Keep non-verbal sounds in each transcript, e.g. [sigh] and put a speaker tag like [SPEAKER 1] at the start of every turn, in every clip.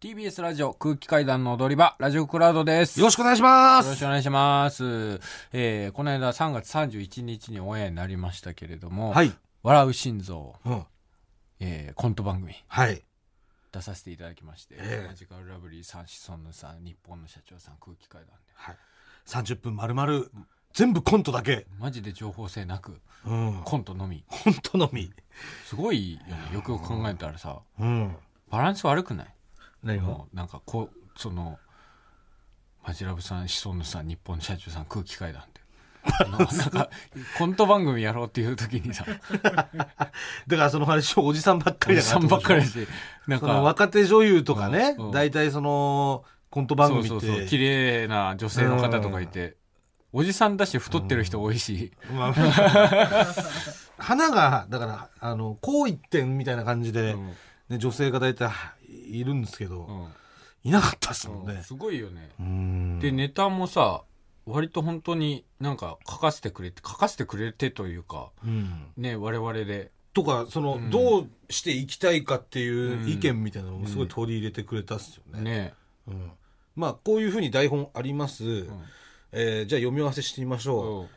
[SPEAKER 1] TBS ラジオ空気階段の踊り場、ラジオクラウドです。
[SPEAKER 2] よろしくお願いし
[SPEAKER 1] よ
[SPEAKER 2] ま
[SPEAKER 1] ろし
[SPEAKER 2] す
[SPEAKER 1] くお願いします。えー、この間3月31日にオンエアになりましたけれども、
[SPEAKER 2] はい、
[SPEAKER 1] 笑う心臓、
[SPEAKER 2] うん、
[SPEAKER 1] えー、コント番組
[SPEAKER 2] はい
[SPEAKER 1] 出させていただきまして、
[SPEAKER 2] ええ
[SPEAKER 1] マジカルラブリーさん、シソンヌさん、日本の社長さん、空気階段で。
[SPEAKER 2] はい30分丸々全部コントだけ、
[SPEAKER 1] マジで情報性なく、
[SPEAKER 2] うん、コ
[SPEAKER 1] コントのみ。
[SPEAKER 2] ントのみ、
[SPEAKER 1] すごいよね。よくよく考えたらさ、
[SPEAKER 2] うん、
[SPEAKER 1] バランス悪くない
[SPEAKER 2] 何
[SPEAKER 1] もうなんかこう、その、マジラブさん、シソンヌさん、日本の社長さん、空気階段
[SPEAKER 2] [laughs]
[SPEAKER 1] って。あのなんか、コント番組やろうっていう時
[SPEAKER 2] [laughs]
[SPEAKER 1] にさ、
[SPEAKER 2] だからその話おじさんばっか
[SPEAKER 1] お
[SPEAKER 2] り
[SPEAKER 1] じ
[SPEAKER 2] だから
[SPEAKER 1] さんばっかりだし、なん
[SPEAKER 2] その
[SPEAKER 1] か、
[SPEAKER 2] 若手女優とかね
[SPEAKER 1] うんうん
[SPEAKER 2] 大体、そのコント番組って
[SPEAKER 1] そうそうそう、綺麗な女性の方とかいて、おじさんだし太ってる人多いし、
[SPEAKER 2] [laughs] まあ花がだからあのこう一点みたいな感じで、
[SPEAKER 1] うん
[SPEAKER 2] ね、女性が大体いるんですけど、
[SPEAKER 1] うん
[SPEAKER 2] いなかったですもんね
[SPEAKER 1] すごいよね。
[SPEAKER 2] うん
[SPEAKER 1] で、ネタもさ、割と本当になんか書かせてくれて、書かせてくれてというか、
[SPEAKER 2] うん
[SPEAKER 1] ね、我々で。
[SPEAKER 2] とかその、
[SPEAKER 1] うん
[SPEAKER 2] どうしていきたいかっていう意見みたいなの
[SPEAKER 1] うん
[SPEAKER 2] もすごい取り入れてくれたっすよね。
[SPEAKER 1] ね。
[SPEAKER 2] うんまあこういうふうに台本あります、
[SPEAKER 1] うん
[SPEAKER 2] えーじゃあ読み合わせしてみましょう、
[SPEAKER 1] うん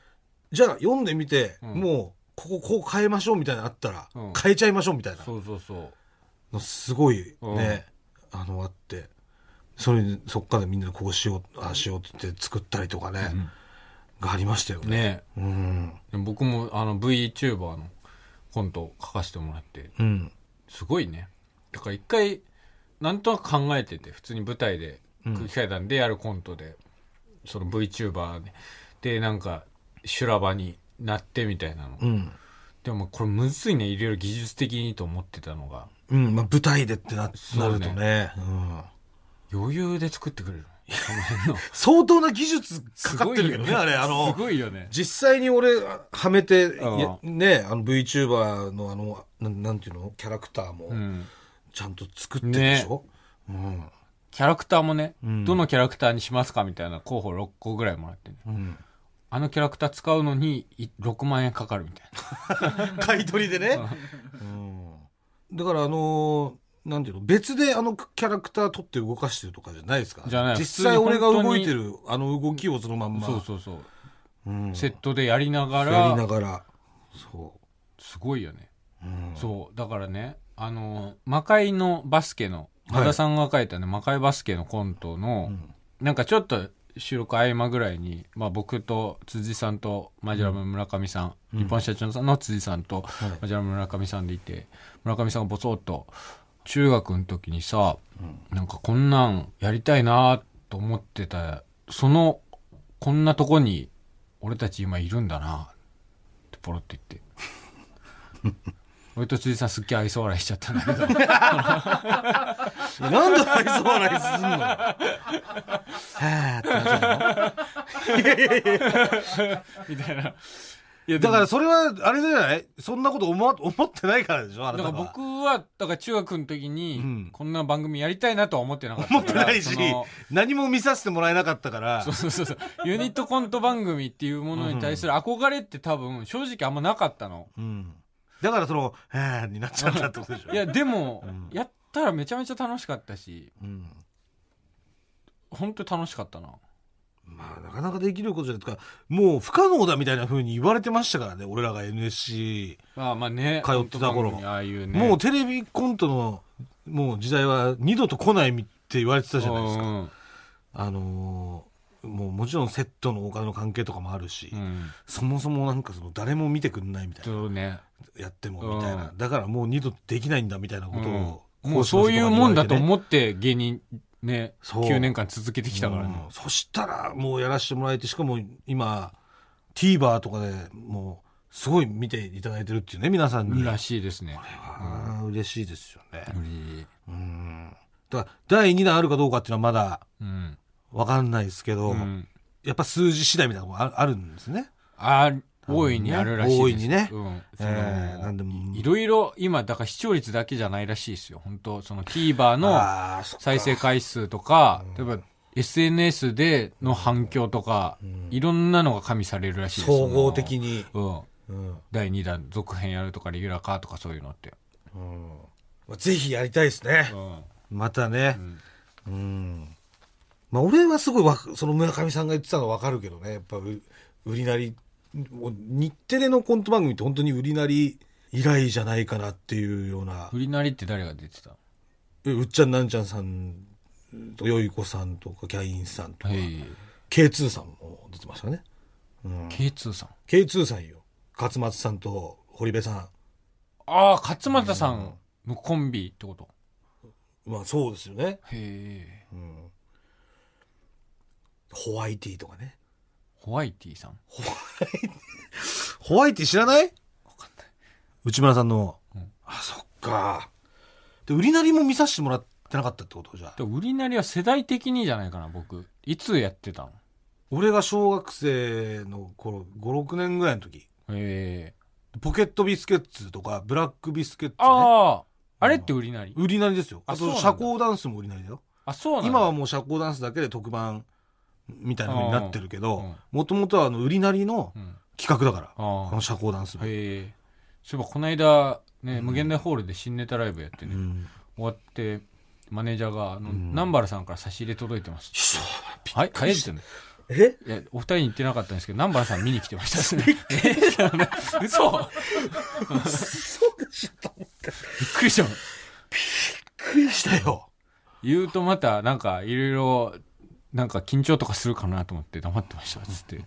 [SPEAKER 2] じゃあ読んでみて、
[SPEAKER 1] うん
[SPEAKER 2] もうこここう変えましょうみたいなのあったら、
[SPEAKER 1] うん
[SPEAKER 2] 変えちゃいましょうみたいな
[SPEAKER 1] そうそうそう。
[SPEAKER 2] のすごいね、あのあってそれにそっからみんなこうしようああしようって言って作ったりとかね、がありましたよ
[SPEAKER 1] ね。
[SPEAKER 2] ね。うん
[SPEAKER 1] で僕もあの VTuber のコントを書かせてもらって、
[SPEAKER 2] うん
[SPEAKER 1] すごいね。だから一回、なんとなく考えてて、普通に舞台で、
[SPEAKER 2] うん
[SPEAKER 1] 空気階段でやるコントで、その VTuber で、で、なんか、修羅場になってみたいなの。
[SPEAKER 2] うん
[SPEAKER 1] でもこれむずいね、いろいろ技術的にと思ってたのが、
[SPEAKER 2] うんまあ、舞台でってな
[SPEAKER 1] そうね
[SPEAKER 2] なるとね、うん、
[SPEAKER 1] 余裕で作ってくれる。その辺の。
[SPEAKER 2] 相当な技術 [laughs] か
[SPEAKER 1] す
[SPEAKER 2] かっ
[SPEAKER 1] ごい
[SPEAKER 2] て
[SPEAKER 1] よ
[SPEAKER 2] るけどねあれあ
[SPEAKER 1] す
[SPEAKER 2] の
[SPEAKER 1] ごいよね。
[SPEAKER 2] 実際に俺はめて
[SPEAKER 1] うん
[SPEAKER 2] いやねあの VTuber のあのなんなんていうのキャラクターも
[SPEAKER 1] うん。
[SPEAKER 2] ちゃんと作ってるでしょ、
[SPEAKER 1] キャラクターもね、
[SPEAKER 2] うん
[SPEAKER 1] どのキャラクターにしますかみたいな候補6個ぐらいもらってね。
[SPEAKER 2] うん、うん、
[SPEAKER 1] あのキャラクター使うのにい6万円かかるみたいな。
[SPEAKER 2] 買い取りでね、うん、だからあのーなんていうの別であのキャラクター取って動かしてるとかじゃないですか
[SPEAKER 1] じゃない
[SPEAKER 2] 実際俺が動いてるあの動きをそのまんま
[SPEAKER 1] そうそうそう。
[SPEAKER 2] うん
[SPEAKER 1] セットでやりなが
[SPEAKER 2] やりな
[SPEAKER 1] ら、
[SPEAKER 2] がらそ
[SPEAKER 1] すごいよね。
[SPEAKER 2] う、うん、
[SPEAKER 1] そう、だからね、あの、魔界のバスケの、和田さんが書いたね、魔界バスケのコント
[SPEAKER 2] う
[SPEAKER 1] の、
[SPEAKER 2] ん
[SPEAKER 1] なんかちょっと収録合間ぐらいに、まあ僕と辻さんと、マジラム村上さん、
[SPEAKER 2] うん
[SPEAKER 1] 日本社長さんの辻さんと、
[SPEAKER 2] はい
[SPEAKER 1] マジラム村上さんでいて、村上さんがぼそっと、中学の時にさ、
[SPEAKER 2] うん
[SPEAKER 1] なんかこんなんやりたいなと思ってた、その、こんなとこに俺たち今いるんだなってポロって言って。俺と辻さんすっげえ愛想笑いしちゃったんだけど。
[SPEAKER 2] なんで愛想笑いすんのよ。はぁってなっちゃ
[SPEAKER 1] [laughs] みたいな。いや、
[SPEAKER 2] う [laughs] だから
[SPEAKER 1] で
[SPEAKER 2] それは、あれじゃないそんなこと思わ思ってないからでしょあ
[SPEAKER 1] も、
[SPEAKER 2] な
[SPEAKER 1] だ
[SPEAKER 2] た
[SPEAKER 1] から
[SPEAKER 2] は。
[SPEAKER 1] 僕は、だから中学の時
[SPEAKER 2] う
[SPEAKER 1] に
[SPEAKER 2] ん、
[SPEAKER 1] こんな番組やりたいなとは思ってなかったから。
[SPEAKER 2] 思ってないし
[SPEAKER 1] その、
[SPEAKER 2] 何も見させてもらえなかったから
[SPEAKER 1] そう、そうそうそう。ユニットコント番組っていうものに対する憧れって多分、正直あんまなかったの。
[SPEAKER 2] うん。だからその、はぁになっちゃったってことでしょ
[SPEAKER 1] いや、でも
[SPEAKER 2] うん、
[SPEAKER 1] やったらめちゃめちゃ楽しかったし、
[SPEAKER 2] うん。
[SPEAKER 1] 本当に楽しかったな。
[SPEAKER 2] まあ、なかなかできることじゃないとか、もう不可能だみたいな風に言われてましたからね、俺らが NSC。
[SPEAKER 1] まあまあね、
[SPEAKER 2] 通ってた頃
[SPEAKER 1] コント番組ああいうね。
[SPEAKER 2] もうテレビコントの、もう時代は二度と来ないって言われてたじゃないですか。
[SPEAKER 1] うん
[SPEAKER 2] あのーもうもちろんセットのお金の関係とかもあるし、
[SPEAKER 1] うん。
[SPEAKER 2] そもそもなんかその誰も見てくんないみたいな、
[SPEAKER 1] そうね。
[SPEAKER 2] やってもみたいな、
[SPEAKER 1] う
[SPEAKER 2] だからもう二度とできないんだみたいなことを、
[SPEAKER 1] もうそういうもんだと
[SPEAKER 2] う
[SPEAKER 1] 思って芸人ね、
[SPEAKER 2] そう
[SPEAKER 1] 9年間続けてきたから
[SPEAKER 2] う
[SPEAKER 1] ね
[SPEAKER 2] ん。そしたらもうやらせてもらえてしかも今 TVer とかでもうすごい見ていただいてるっていうね皆さんに、
[SPEAKER 1] らしいですね。
[SPEAKER 2] あー嬉しいですよね、うん、だから第2弾あるかどうかっていうのはまだ
[SPEAKER 1] うん。
[SPEAKER 2] 分かんないですけど、
[SPEAKER 1] うん。
[SPEAKER 2] やっぱ数字次第みたいなのもああるんですね
[SPEAKER 1] あ大いにあるらしいです。
[SPEAKER 2] 大いにね
[SPEAKER 1] うん。そ
[SPEAKER 2] えーなんで
[SPEAKER 1] の
[SPEAKER 2] も
[SPEAKER 1] いろいろ今、だから視聴率だけじゃないらしいですよ。本当その TVer の
[SPEAKER 2] あーそっか
[SPEAKER 1] 再生回数とか、例えば SNS での反響とか、いろんなのが加味されるらしいです。
[SPEAKER 2] 総合的に、
[SPEAKER 1] その。うん。
[SPEAKER 2] うん
[SPEAKER 1] 第2弾続編やるとかレギュラーかとかそういうのって、
[SPEAKER 2] まあぜひやりたいですね、
[SPEAKER 1] うん、
[SPEAKER 2] またね
[SPEAKER 1] う。ん
[SPEAKER 2] うん。まあ、俺はすごいわか、その村上さんが言ってたのはわかるけどね。やっぱう、売りなり、もう日テレのコント番組って本当に売りなり以来じゃないかなっていうような
[SPEAKER 1] フ、リナリって誰が出てた
[SPEAKER 2] えうっちゃんなんちゃんさんと、よいこさんとか、キャインさんとか、
[SPEAKER 1] はい。
[SPEAKER 2] K2 さんも出てましたね。うん、
[SPEAKER 1] K2 さん。
[SPEAKER 2] K2 さんよ。勝松さんと堀部さ
[SPEAKER 1] ああ、勝俣さんのコンビってこと
[SPEAKER 2] ん。まあ、そうですよね。
[SPEAKER 1] へえ。
[SPEAKER 2] うん。ホワイティとかね。
[SPEAKER 1] ホワイティさん。
[SPEAKER 2] ホワイティ知らない内村さんの。
[SPEAKER 1] うん
[SPEAKER 2] あ、そっか。で、売りなりも見させてもらってなかったってことじゃあ。
[SPEAKER 1] でも売りなりは世代的にじゃないかな、僕。いつやってたの
[SPEAKER 2] 俺が小学生の頃、5、6年ぐらいの時、
[SPEAKER 1] へえ。
[SPEAKER 2] ポケットビスケッツとか、ブラックビスケッツ、ね、
[SPEAKER 1] ああ、あれって売りなり。
[SPEAKER 2] 売りなりですよ。
[SPEAKER 1] あ
[SPEAKER 2] あ
[SPEAKER 1] そうな
[SPEAKER 2] と、
[SPEAKER 1] んだ
[SPEAKER 2] 社交ダンスも売りなりだよ。
[SPEAKER 1] あ、そうなんだ。
[SPEAKER 2] 今はもう社交ダンスだけで特番みたいな風になってるけ
[SPEAKER 1] うんう
[SPEAKER 2] ど
[SPEAKER 1] ん、
[SPEAKER 2] もともとはあの売りなりの
[SPEAKER 1] うん。
[SPEAKER 2] 企画だから、
[SPEAKER 1] あ
[SPEAKER 2] あ
[SPEAKER 1] あ
[SPEAKER 2] の。社交ダンスも。
[SPEAKER 1] へえ。そういえばこの間、ね、無限大ホールで新ネタライブやって
[SPEAKER 2] う
[SPEAKER 1] ね、
[SPEAKER 2] ん。
[SPEAKER 1] 終わって、マネージャーが、あの、
[SPEAKER 2] うん
[SPEAKER 1] 南原さんから差し入れ届いてます。
[SPEAKER 2] そう
[SPEAKER 1] はい、帰ってんの
[SPEAKER 2] え
[SPEAKER 1] いや、お二人に言ってなかったんですけど、南原さん見に来てましたね。えなんだ [laughs] 嘘
[SPEAKER 2] そうでした。びっ
[SPEAKER 1] びっくりした。
[SPEAKER 2] くりしたよ。
[SPEAKER 1] 言うとまた、なんか、いろいろ、なんか緊張とかするかなと思って黙ってました、つって。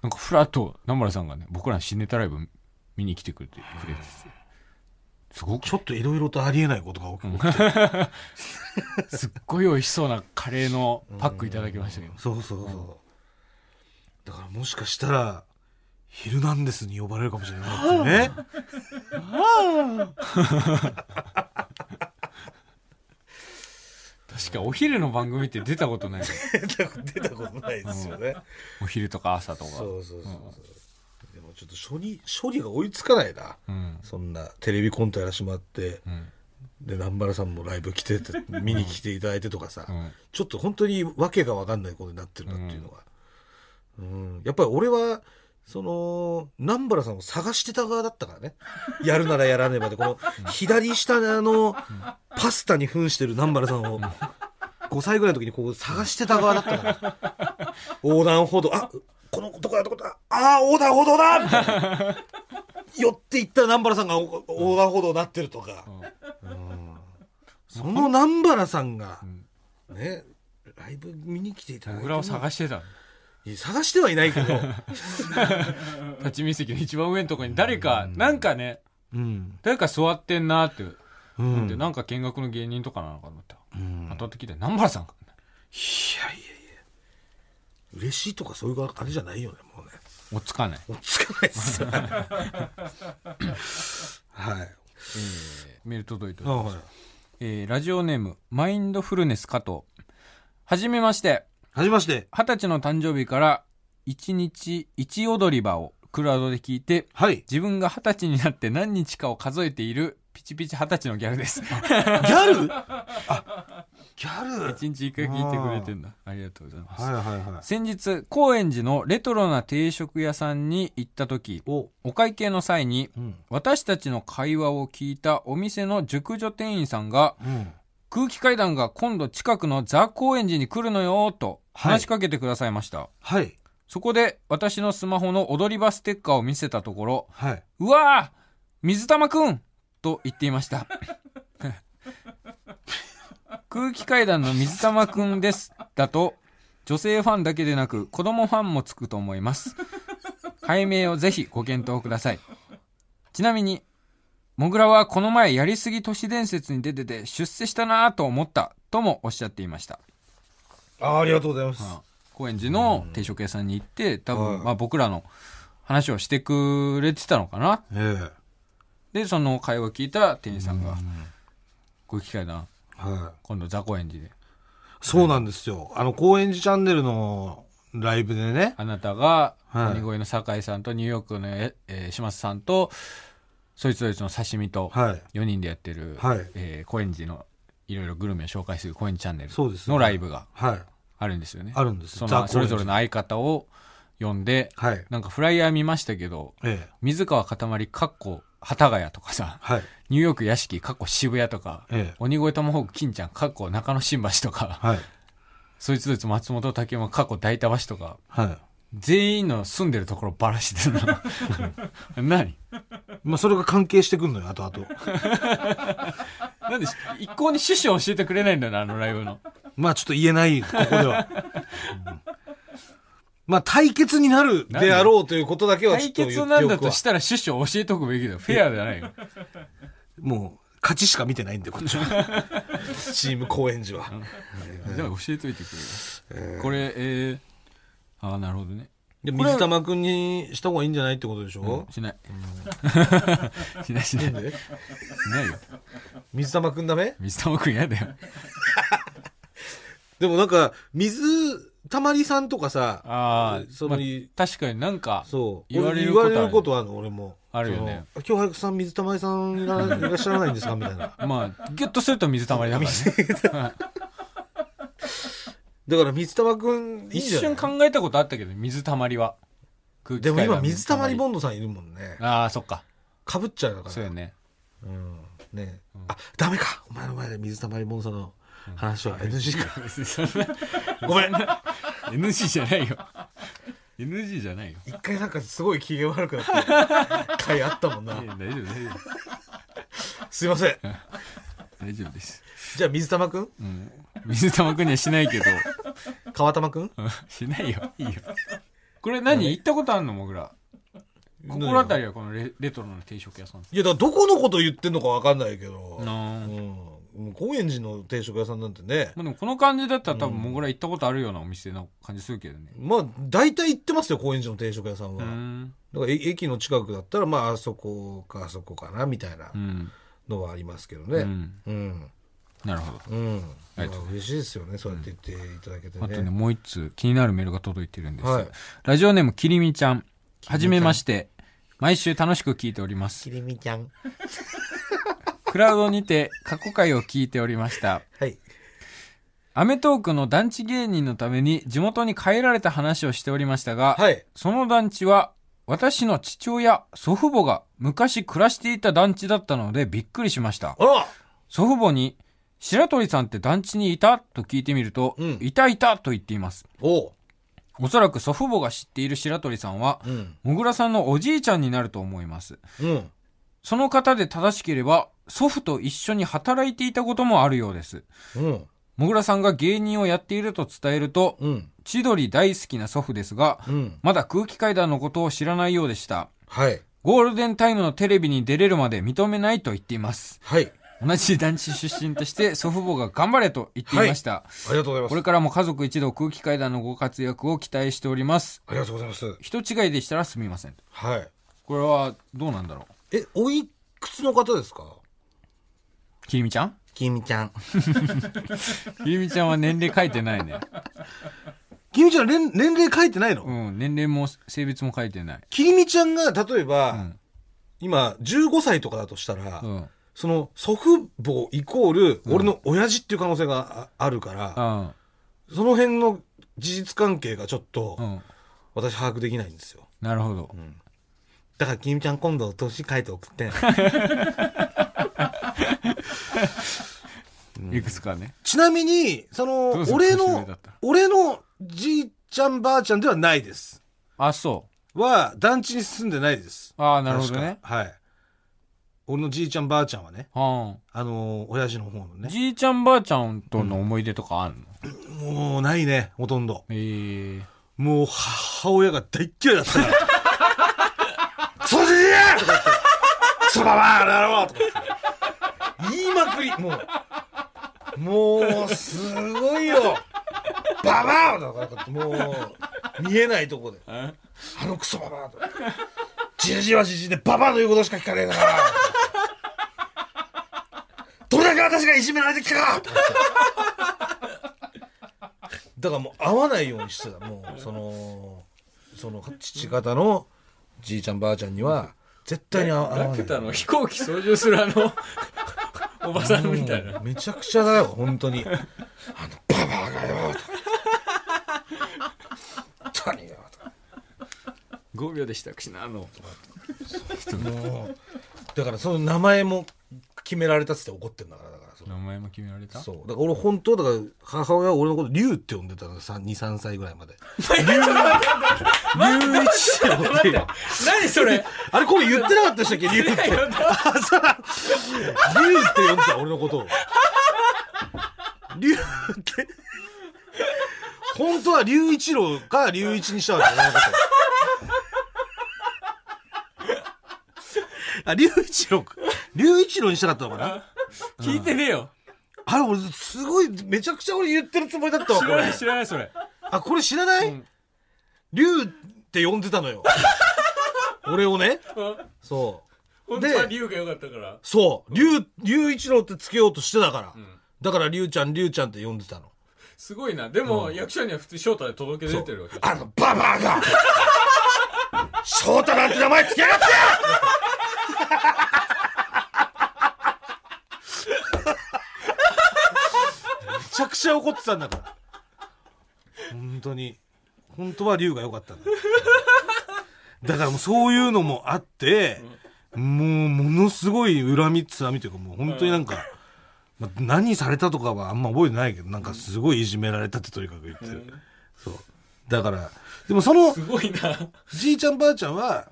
[SPEAKER 1] なんか、ふらっと、南原さんがね、僕らの新ネタライブ見に来てくれて、くれてて。すごく、
[SPEAKER 2] ちょっといろいろとありえないことが起きる。
[SPEAKER 1] すっごい美味しそうなカレーのパックいただきましたけど。
[SPEAKER 2] そうそうそう。だからもしかしたら、ヒルナンデスに呼ばれるかもしれないってね。
[SPEAKER 1] 確か、お昼の番組って出たことない。
[SPEAKER 2] [laughs] 出たことないですよね。
[SPEAKER 1] お昼とか朝とか。
[SPEAKER 2] そうそうそうそう。でもちょっと処理、処理が追いつかないな。
[SPEAKER 1] うん。
[SPEAKER 2] そんなテレビコントやらしてもらって、
[SPEAKER 1] うん。
[SPEAKER 2] で、南原さんもライブ来てて、見に来ていただいてとかさ、
[SPEAKER 1] うん。
[SPEAKER 2] ちょっと本当に訳が分かんないことになってるなっていうのが。うん。やっぱり俺は、その、南原さんを探してた側だったからね。やるならやらねばで、この左下のあの、パスタに扮してる南原さんを、5歳ぐらいの時にこう探してた側だったから。横断歩道、あ、このどこだどこだ、ああ、横断歩道だみたいな寄っていったら南原さんがお横断歩道になってるとか。うんその南原さんが、ね、ライブ見に来ていただいて
[SPEAKER 1] 僕らを探してたの。
[SPEAKER 2] いや探してはいないけど、
[SPEAKER 1] 立ち見席の一番上のとこに誰か、なんかね、
[SPEAKER 2] [laughs] うん。
[SPEAKER 1] 誰か座ってんなーって。
[SPEAKER 2] う
[SPEAKER 1] で、
[SPEAKER 2] ん。
[SPEAKER 1] なんか見学の芸人とかなのかなって。
[SPEAKER 2] うん
[SPEAKER 1] 当たってきて、南原さんか。
[SPEAKER 2] いやいやいや。嬉しいとかそういうあれじゃないよね、もうね。
[SPEAKER 1] 落ちかない。
[SPEAKER 2] 落ち着かないっすよ。 [laughs] はい。
[SPEAKER 1] メール届いており
[SPEAKER 2] あ
[SPEAKER 1] ます
[SPEAKER 2] はい。
[SPEAKER 1] えーラジオネーム、マインドフルネス加藤。はじめまして。
[SPEAKER 2] はじめまして。
[SPEAKER 1] 二十歳の誕生日から、一日一踊り場をクラウドで聞いて、
[SPEAKER 2] はい。
[SPEAKER 1] 自分が二十歳になって何日かを数えている、ピチピチ二十歳のギャル
[SPEAKER 2] [laughs]
[SPEAKER 1] です。
[SPEAKER 2] ギャルあ、ギャル
[SPEAKER 1] 一日一回聞いてくれてんだ。ありがとうございます。
[SPEAKER 2] はいはいはい。
[SPEAKER 1] 先日、高円寺のレトロな定食屋さんに行った時、
[SPEAKER 2] お、
[SPEAKER 1] お会計の際に、
[SPEAKER 2] うん。
[SPEAKER 1] 私たちの会話を聞いたお店の熟女店員さんが、
[SPEAKER 2] うん。
[SPEAKER 1] 空気階段が今度近くのザ・高円寺に来るのよ、と
[SPEAKER 2] はい
[SPEAKER 1] 話しかけてくださいました。
[SPEAKER 2] はい。
[SPEAKER 1] そこで私のスマホの踊り場ステッカーを見せたところ、
[SPEAKER 2] はい。
[SPEAKER 1] うわぁ水玉くんと言っていま
[SPEAKER 2] [laughs]
[SPEAKER 1] した。空気階段の水玉くんです。だと、女性ファンだけでなく子供ファンもつくと思います。解明をぜひご検討ください。ちなみに、モグラはこの前やりすぎ都市伝説に出てて出世したなぁと思ったともおっしゃっていました。
[SPEAKER 2] あありがとうございます。
[SPEAKER 1] 高円寺の定食屋さんに行って、多
[SPEAKER 2] はい
[SPEAKER 1] 分、まあ僕らの話をしてくれてたのかな
[SPEAKER 2] え
[SPEAKER 1] で、その会話聞いた店員さんが
[SPEAKER 2] え。、
[SPEAKER 1] 空気階段、
[SPEAKER 2] はい。
[SPEAKER 1] 今度ザコ演寺で、
[SPEAKER 2] そうなんですよ。あの、高円寺チャンネルのライブでね。
[SPEAKER 1] あなたが、
[SPEAKER 2] はい
[SPEAKER 1] 鬼越の酒井さんとニューヨークのえ、えー島津さんと、そいつどいつの刺身と、
[SPEAKER 2] はい。
[SPEAKER 1] 4人でやってる、
[SPEAKER 2] はい
[SPEAKER 1] えー高円寺のいろいろグルメを紹介する高円寺チャンネル
[SPEAKER 2] そうですね
[SPEAKER 1] のライブが
[SPEAKER 2] はい。
[SPEAKER 1] あるんですよね。
[SPEAKER 2] あるんです
[SPEAKER 1] その
[SPEAKER 2] ザ高円寺
[SPEAKER 1] それぞれの相方を呼んで、
[SPEAKER 2] はい。
[SPEAKER 1] なんかフライヤー見ましたけど、
[SPEAKER 2] ええ。
[SPEAKER 1] 水川かたまり、かっこ、幡ヶ谷とかさ、
[SPEAKER 2] はい。
[SPEAKER 1] ニューヨーク屋敷、過去渋谷とか、
[SPEAKER 2] ええ
[SPEAKER 1] 鬼越トマホーク金ちゃん、過去中野新橋とか、
[SPEAKER 2] はい。
[SPEAKER 1] そいつどいつ松本竹山、過去大田橋とか、
[SPEAKER 2] はい。
[SPEAKER 1] 全員の住んでるところばらしてるな。 [laughs] 何
[SPEAKER 2] まあ、それが関係してくんのよ、後々。
[SPEAKER 1] なんで一向に趣旨を教えてくれないんだよな、あのライブの。
[SPEAKER 2] [laughs] まあ、ちょっと言えない、ここでは。うんまあ、対決になるであろうということだけは
[SPEAKER 1] 対
[SPEAKER 2] ちょっと言
[SPEAKER 1] 決
[SPEAKER 2] っ
[SPEAKER 1] な
[SPEAKER 2] て
[SPEAKER 1] ん
[SPEAKER 2] お
[SPEAKER 1] だ
[SPEAKER 2] く
[SPEAKER 1] と
[SPEAKER 2] わ
[SPEAKER 1] したら趣旨を教えておくべきだよ。フェアじゃないよ。
[SPEAKER 2] もう、勝ちしか見てないんで、こっちは。
[SPEAKER 1] [laughs]
[SPEAKER 2] チーム高円寺は。
[SPEAKER 1] じゃあ教えといてくれよ。これ、えー、ああ、なるほどね。
[SPEAKER 2] で
[SPEAKER 1] これ
[SPEAKER 2] 水玉くんにした方がいいんじゃないってことでしょ、
[SPEAKER 1] しない。 [laughs] しないしない。し
[SPEAKER 2] なん
[SPEAKER 1] な
[SPEAKER 2] で
[SPEAKER 1] いよ。
[SPEAKER 2] 水玉くんダメ
[SPEAKER 1] 水玉くん嫌だよ。
[SPEAKER 2] でもなんか、水たまりさんとかさ、
[SPEAKER 1] ああ、
[SPEAKER 2] その、
[SPEAKER 1] まあ確かになんか、
[SPEAKER 2] そう。
[SPEAKER 1] 言われることある
[SPEAKER 2] 俺言われることあるの、俺も。
[SPEAKER 1] あるよね
[SPEAKER 2] その。今日早くさん、水たまりさんいらいらっしゃらないんですかみたいな。
[SPEAKER 1] まあ、ギュッとすると水溜まりだからね。
[SPEAKER 2] だから水玉くん、いいん
[SPEAKER 1] 一
[SPEAKER 2] じゃな
[SPEAKER 1] 瞬
[SPEAKER 2] い
[SPEAKER 1] 考えたことあったけど、水溜まりは。空気
[SPEAKER 2] で
[SPEAKER 1] 階段
[SPEAKER 2] も今、
[SPEAKER 1] の
[SPEAKER 2] 水たまりボンドさんいるもんね。
[SPEAKER 1] ああ、そっか。
[SPEAKER 2] かぶっちゃうから。
[SPEAKER 1] そうよね。 [laughs]
[SPEAKER 2] うん。ねあ、ダメか。お前の前で水たまりボンドさんの話は NG か。
[SPEAKER 1] そんな
[SPEAKER 2] ごめん。
[SPEAKER 1] NG じゃないよ。NG じゃないよ。。
[SPEAKER 2] 一回なんかすごい機嫌悪くなった回あったもんない
[SPEAKER 1] や大丈夫、大丈夫。
[SPEAKER 2] すいません。
[SPEAKER 1] 大丈夫です。
[SPEAKER 2] じゃあ水玉くん
[SPEAKER 1] うん。水玉くんにはしないけど、 [laughs]
[SPEAKER 2] 川玉くん
[SPEAKER 1] うんしないよ。いいよ。これ何行ったことあんのもぐら。心当たりはこのレレトロの定食屋さん。
[SPEAKER 2] いや、だからどこのこと言ってんのかわかんないけど。
[SPEAKER 1] な
[SPEAKER 2] う
[SPEAKER 1] あ
[SPEAKER 2] ん。もう高円寺の定食屋さんなんてね。
[SPEAKER 1] まあでもこの感じだったら多分もぐら行ったことあるようなお店の感じするけどね。
[SPEAKER 2] まあ、大体行ってますよ、高円寺の定食屋さん
[SPEAKER 1] う
[SPEAKER 2] は。
[SPEAKER 1] ん。
[SPEAKER 2] だからえ駅の近くだったら、まあ、あそこか、あそこかな、みたいな
[SPEAKER 1] うん。
[SPEAKER 2] のはありますけど
[SPEAKER 1] う
[SPEAKER 2] ね。
[SPEAKER 1] ん。
[SPEAKER 2] うん。
[SPEAKER 1] なるほど。
[SPEAKER 2] うん。
[SPEAKER 1] あ
[SPEAKER 2] まあ
[SPEAKER 1] りがとう
[SPEAKER 2] 嬉しいですよね、そうやって言っていただけて
[SPEAKER 1] あとね、
[SPEAKER 2] ね。
[SPEAKER 1] もう一通気になるメールが届いてるんです。
[SPEAKER 2] はい
[SPEAKER 1] ラジオネーム、きりみちゃん。は
[SPEAKER 2] りみち
[SPEAKER 1] じ
[SPEAKER 2] ゃん
[SPEAKER 1] めまして。毎週楽しく聞いており
[SPEAKER 2] [laughs]
[SPEAKER 1] ます。
[SPEAKER 2] りみちゃん。
[SPEAKER 1] クラウドにて過去回を聞いておりました。
[SPEAKER 2] はい。
[SPEAKER 1] アメトークの団地芸人のために地元に帰られた話をしておりましたが、
[SPEAKER 2] はい。
[SPEAKER 1] その団地は私の父親、祖父母が昔暮らしていた団地だったのでびっくりしました
[SPEAKER 2] あ。ら
[SPEAKER 1] 祖父母に、白鳥さんって団地にいたと聞いてみると、
[SPEAKER 2] うん
[SPEAKER 1] いたいたと言っています。
[SPEAKER 2] おう。
[SPEAKER 1] おそらく祖父母が知っている白鳥さんは、
[SPEAKER 2] うん。
[SPEAKER 1] もぐらさんのおじいちゃんになると思います。
[SPEAKER 2] うん。
[SPEAKER 1] その方で正しければ、祖父と一緒に働いていたこともあるようです。
[SPEAKER 2] うん。
[SPEAKER 1] もぐらさんが芸人をやっていると伝えると、
[SPEAKER 2] うん。
[SPEAKER 1] 千鳥大好きな祖父ですが、
[SPEAKER 2] うん。
[SPEAKER 1] まだ空気階段のことを知らないようでした。
[SPEAKER 2] はい。
[SPEAKER 1] ゴールデンタイムのテレビに出れるまで認めないと言っています。
[SPEAKER 2] はい。
[SPEAKER 1] 同じ団地出身として祖父母が頑張れと言っていました。
[SPEAKER 2] ありがとうございます。
[SPEAKER 1] これからも家族一同空気階段のご活躍を期待しております。
[SPEAKER 2] ありがとうございます。
[SPEAKER 1] 人違いでしたらすみません。
[SPEAKER 2] はい。
[SPEAKER 1] これはどうなんだろ
[SPEAKER 2] え、おいくつの方ですか
[SPEAKER 1] うきりみちゃん
[SPEAKER 2] きみちゃん。
[SPEAKER 1] きりみちゃんは年齢書いてないね。
[SPEAKER 2] きみちゃん、年年齢書いてないの、
[SPEAKER 1] うん、年齢も性別も書いてない。
[SPEAKER 2] きりみちゃんが、例えば、
[SPEAKER 1] うん
[SPEAKER 2] 今、15歳とかだとしたら、
[SPEAKER 1] うん。うん。
[SPEAKER 2] その、祖父母イコール、俺の親父っていう可能性がああるから、
[SPEAKER 1] あ
[SPEAKER 2] その辺の事実関係がちょっ
[SPEAKER 1] う
[SPEAKER 2] と、
[SPEAKER 1] ん。
[SPEAKER 2] 私把握できないんですよ。
[SPEAKER 1] なるほど。
[SPEAKER 2] だから、きみちゃん今度、年書いて送
[SPEAKER 1] [laughs]
[SPEAKER 2] って。
[SPEAKER 1] いくつかね。
[SPEAKER 2] ちなみに、その
[SPEAKER 1] どう、ぞ年
[SPEAKER 2] 俺
[SPEAKER 1] 上だ
[SPEAKER 2] の
[SPEAKER 1] ったら、
[SPEAKER 2] 俺のじいちゃんばあちゃんではないです。
[SPEAKER 1] あ、そ
[SPEAKER 2] は、団地に住んでないです。
[SPEAKER 1] う。ああ、なるほどね
[SPEAKER 2] 確。か。はい。俺のじいちゃんばあちゃんはね、
[SPEAKER 1] は
[SPEAKER 2] あのー親父の方の
[SPEAKER 1] あ。
[SPEAKER 2] ね。
[SPEAKER 1] じいちゃんばあちゃんとの思い出とかあるの、
[SPEAKER 2] もうないね、ほとんど。
[SPEAKER 1] ええ
[SPEAKER 2] もう母親が大っ嫌いだったから。クソじじいとか言って、クソババアだろとか言って言いまくり、もう、もう、すごいよ。ババアだからって、もう、見えないとこで。あのクソババアとか。じじいはじじいでババアの言うことしか聞かねえんだから。どれだけ私がいじめられてきたかとか言ってだからもう会わないようにしてたもうそのその父方のじいちゃんばあちゃんには絶対に会わ会わない
[SPEAKER 1] の飛行機操縦するあ [laughs] の、おばさんみたい
[SPEAKER 2] も。うめちゃくちゃだよ本当にあのババアがよとか何よとか
[SPEAKER 1] 5秒でしたくしな、あの。
[SPEAKER 2] もうだからその名前も決められたっつって怒ってんだからだからその
[SPEAKER 1] 名前も決められた
[SPEAKER 2] そうだから俺本当だから母親は俺のこと龍って呼んでたの23歳ぐらいまで龍一って呼んでた
[SPEAKER 3] 何それ
[SPEAKER 2] あれこれ言ってなかったでしたっけ龍って龍って呼んでた俺のことを龍って本当は龍一郎か龍一にしたわけ俺のことあ龍一郎か龍一郎にしたかったのかな
[SPEAKER 3] 聞いてねえよ。
[SPEAKER 2] あれ俺すごいめちゃくちゃ俺言ってるつもりだったわ
[SPEAKER 3] 知
[SPEAKER 2] こ
[SPEAKER 3] らな
[SPEAKER 2] れ
[SPEAKER 3] い、知らない、それ。
[SPEAKER 2] あこれ知らない、龍って呼んでたのよ俺をね
[SPEAKER 3] うん
[SPEAKER 2] そう
[SPEAKER 3] 本当は理由が良かったから。
[SPEAKER 2] そう龍龍一郎ってつけようとしてたから、だから龍ちゃん龍ちゃんって呼んでたの
[SPEAKER 3] すごいな。でも、役所には普通、翔太で届け出てるわけ。
[SPEAKER 2] あのババアが翔太なんて名前つけやがってめちゃくちゃ怒ってたんだから本当に本当は龍が良かったんだだからもうそういうのもあって、もうものすごい恨みつらみというかもう本当になんか、まあ何されたとかはあんま覚えてないけどなんかすごいいじめられたってとにかく言ってる、そうだからでもその
[SPEAKER 3] すごいな。
[SPEAKER 2] じいちゃんばあちゃんは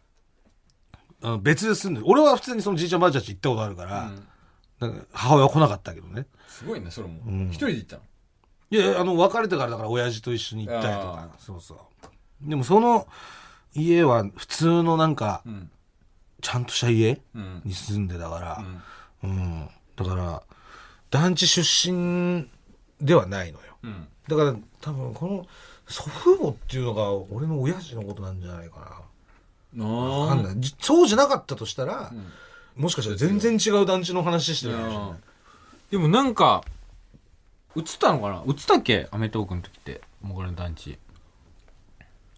[SPEAKER 2] あの別で住んでる俺は普通にそのじいちゃんばあちゃんち行ったことあるから、なんか母親は来なかったけどね
[SPEAKER 3] すごいな、それも。一人で行ったの。
[SPEAKER 2] いやあの別れてからだから親父と一緒に行ったりとかそうそうでもその家は普通のなんか、
[SPEAKER 3] ん
[SPEAKER 2] ちゃんとした家
[SPEAKER 3] ん
[SPEAKER 2] に住んでたから、うんだから団地出身ではないのよ、
[SPEAKER 3] ん
[SPEAKER 2] だから多分この祖父母っていうのが俺の親父のことなんじゃないかなわかん
[SPEAKER 3] な
[SPEAKER 2] ないじそうじゃなかったとしたら、もしかしたら全然違う団地の話してるかもしれない
[SPEAKER 1] でもなんか映ったのかな映ったっけアメトークの時ってもぐらの団地
[SPEAKER 2] い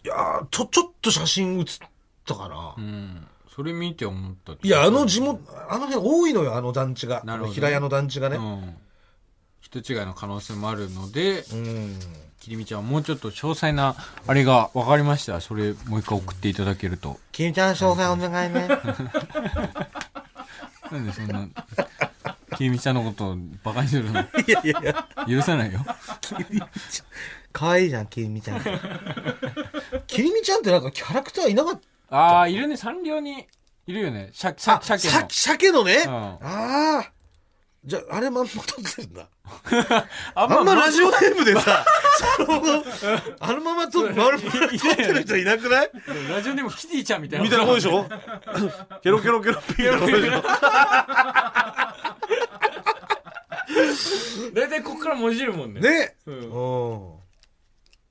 [SPEAKER 2] やーちょちょっと写真写ったかな、
[SPEAKER 1] うんそれ見て思った
[SPEAKER 2] いやあの地元あの辺多いのよあの団地が
[SPEAKER 1] なるほど
[SPEAKER 2] 平屋の団地が
[SPEAKER 1] う
[SPEAKER 2] ね、
[SPEAKER 1] ん人違いの可能性もあるので
[SPEAKER 2] うん
[SPEAKER 1] きりみちゃんもうちょっと詳細なあれが分かりましたそれもう一回送っていただけると
[SPEAKER 2] 君ちゃん詳細お願いね
[SPEAKER 1] なんでそん [laughs] なきりみちゃんのことをバカにするの
[SPEAKER 2] いやいやいや
[SPEAKER 1] 許さないよ
[SPEAKER 2] 可愛いじゃん君ちゃん君ちゃんってなんか [laughs] キャラクターいなかった
[SPEAKER 1] ああいるねサンリオにいるよねシャシャ
[SPEAKER 2] あ
[SPEAKER 1] シャケ
[SPEAKER 2] さ
[SPEAKER 1] の
[SPEAKER 2] 鮭のね、
[SPEAKER 1] うん
[SPEAKER 2] ああじゃああれまんま撮ってるんだ
[SPEAKER 1] あ
[SPEAKER 2] あんまラジオネームでさ、その、あのままと、丸々撮ってる人いなくない
[SPEAKER 1] ラジオでもキティちゃんみたいな
[SPEAKER 2] みたいなもんでしょケロケロケロピーなもんでしょ
[SPEAKER 3] 大体ここからもじるもんね。
[SPEAKER 2] ね
[SPEAKER 3] う
[SPEAKER 2] うん
[SPEAKER 3] ん。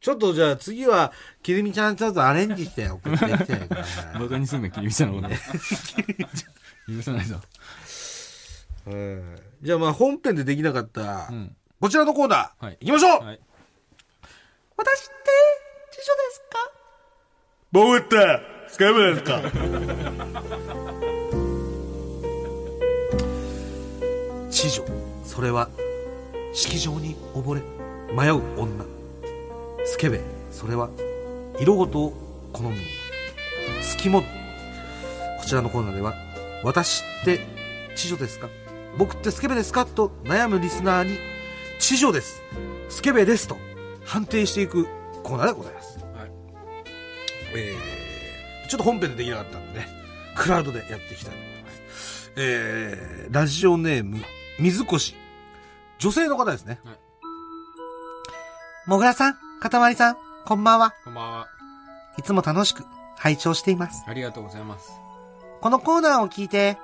[SPEAKER 2] ちょっとじゃあ次は、きりみちゃんちょっとアレンジして送ってきて
[SPEAKER 1] [laughs]
[SPEAKER 2] るから。
[SPEAKER 1] バカにすんなキリミちゃんのこと [laughs] 許さないぞ
[SPEAKER 2] うんじゃあまあ本編でできなかった
[SPEAKER 1] ん、
[SPEAKER 2] こちらのコーナ
[SPEAKER 1] は
[SPEAKER 2] ー
[SPEAKER 1] い、
[SPEAKER 2] 行きましょう
[SPEAKER 1] はい
[SPEAKER 4] 私って辞書ですか
[SPEAKER 2] ボーター使えばですか知女それは式場に溺れ迷う女スケベそれは色ごとを好む隙もこちらのコーナーでは「私って知女ですか僕ってスケベですか?」と悩むリスナーに「知女ですスケベです」と判定していくコーナーでございますえーちょっと本編でできなかったんでね、クラウドでやっていきたいと思います。えーラジオネーム、水越。女性の方ですね。
[SPEAKER 1] はい
[SPEAKER 4] もぐらさん、かたまりさん、こんばんは。
[SPEAKER 1] こんばんはい
[SPEAKER 4] つも楽しく拝聴しています。
[SPEAKER 1] ありがとうございます
[SPEAKER 4] このコーナーを聞いて、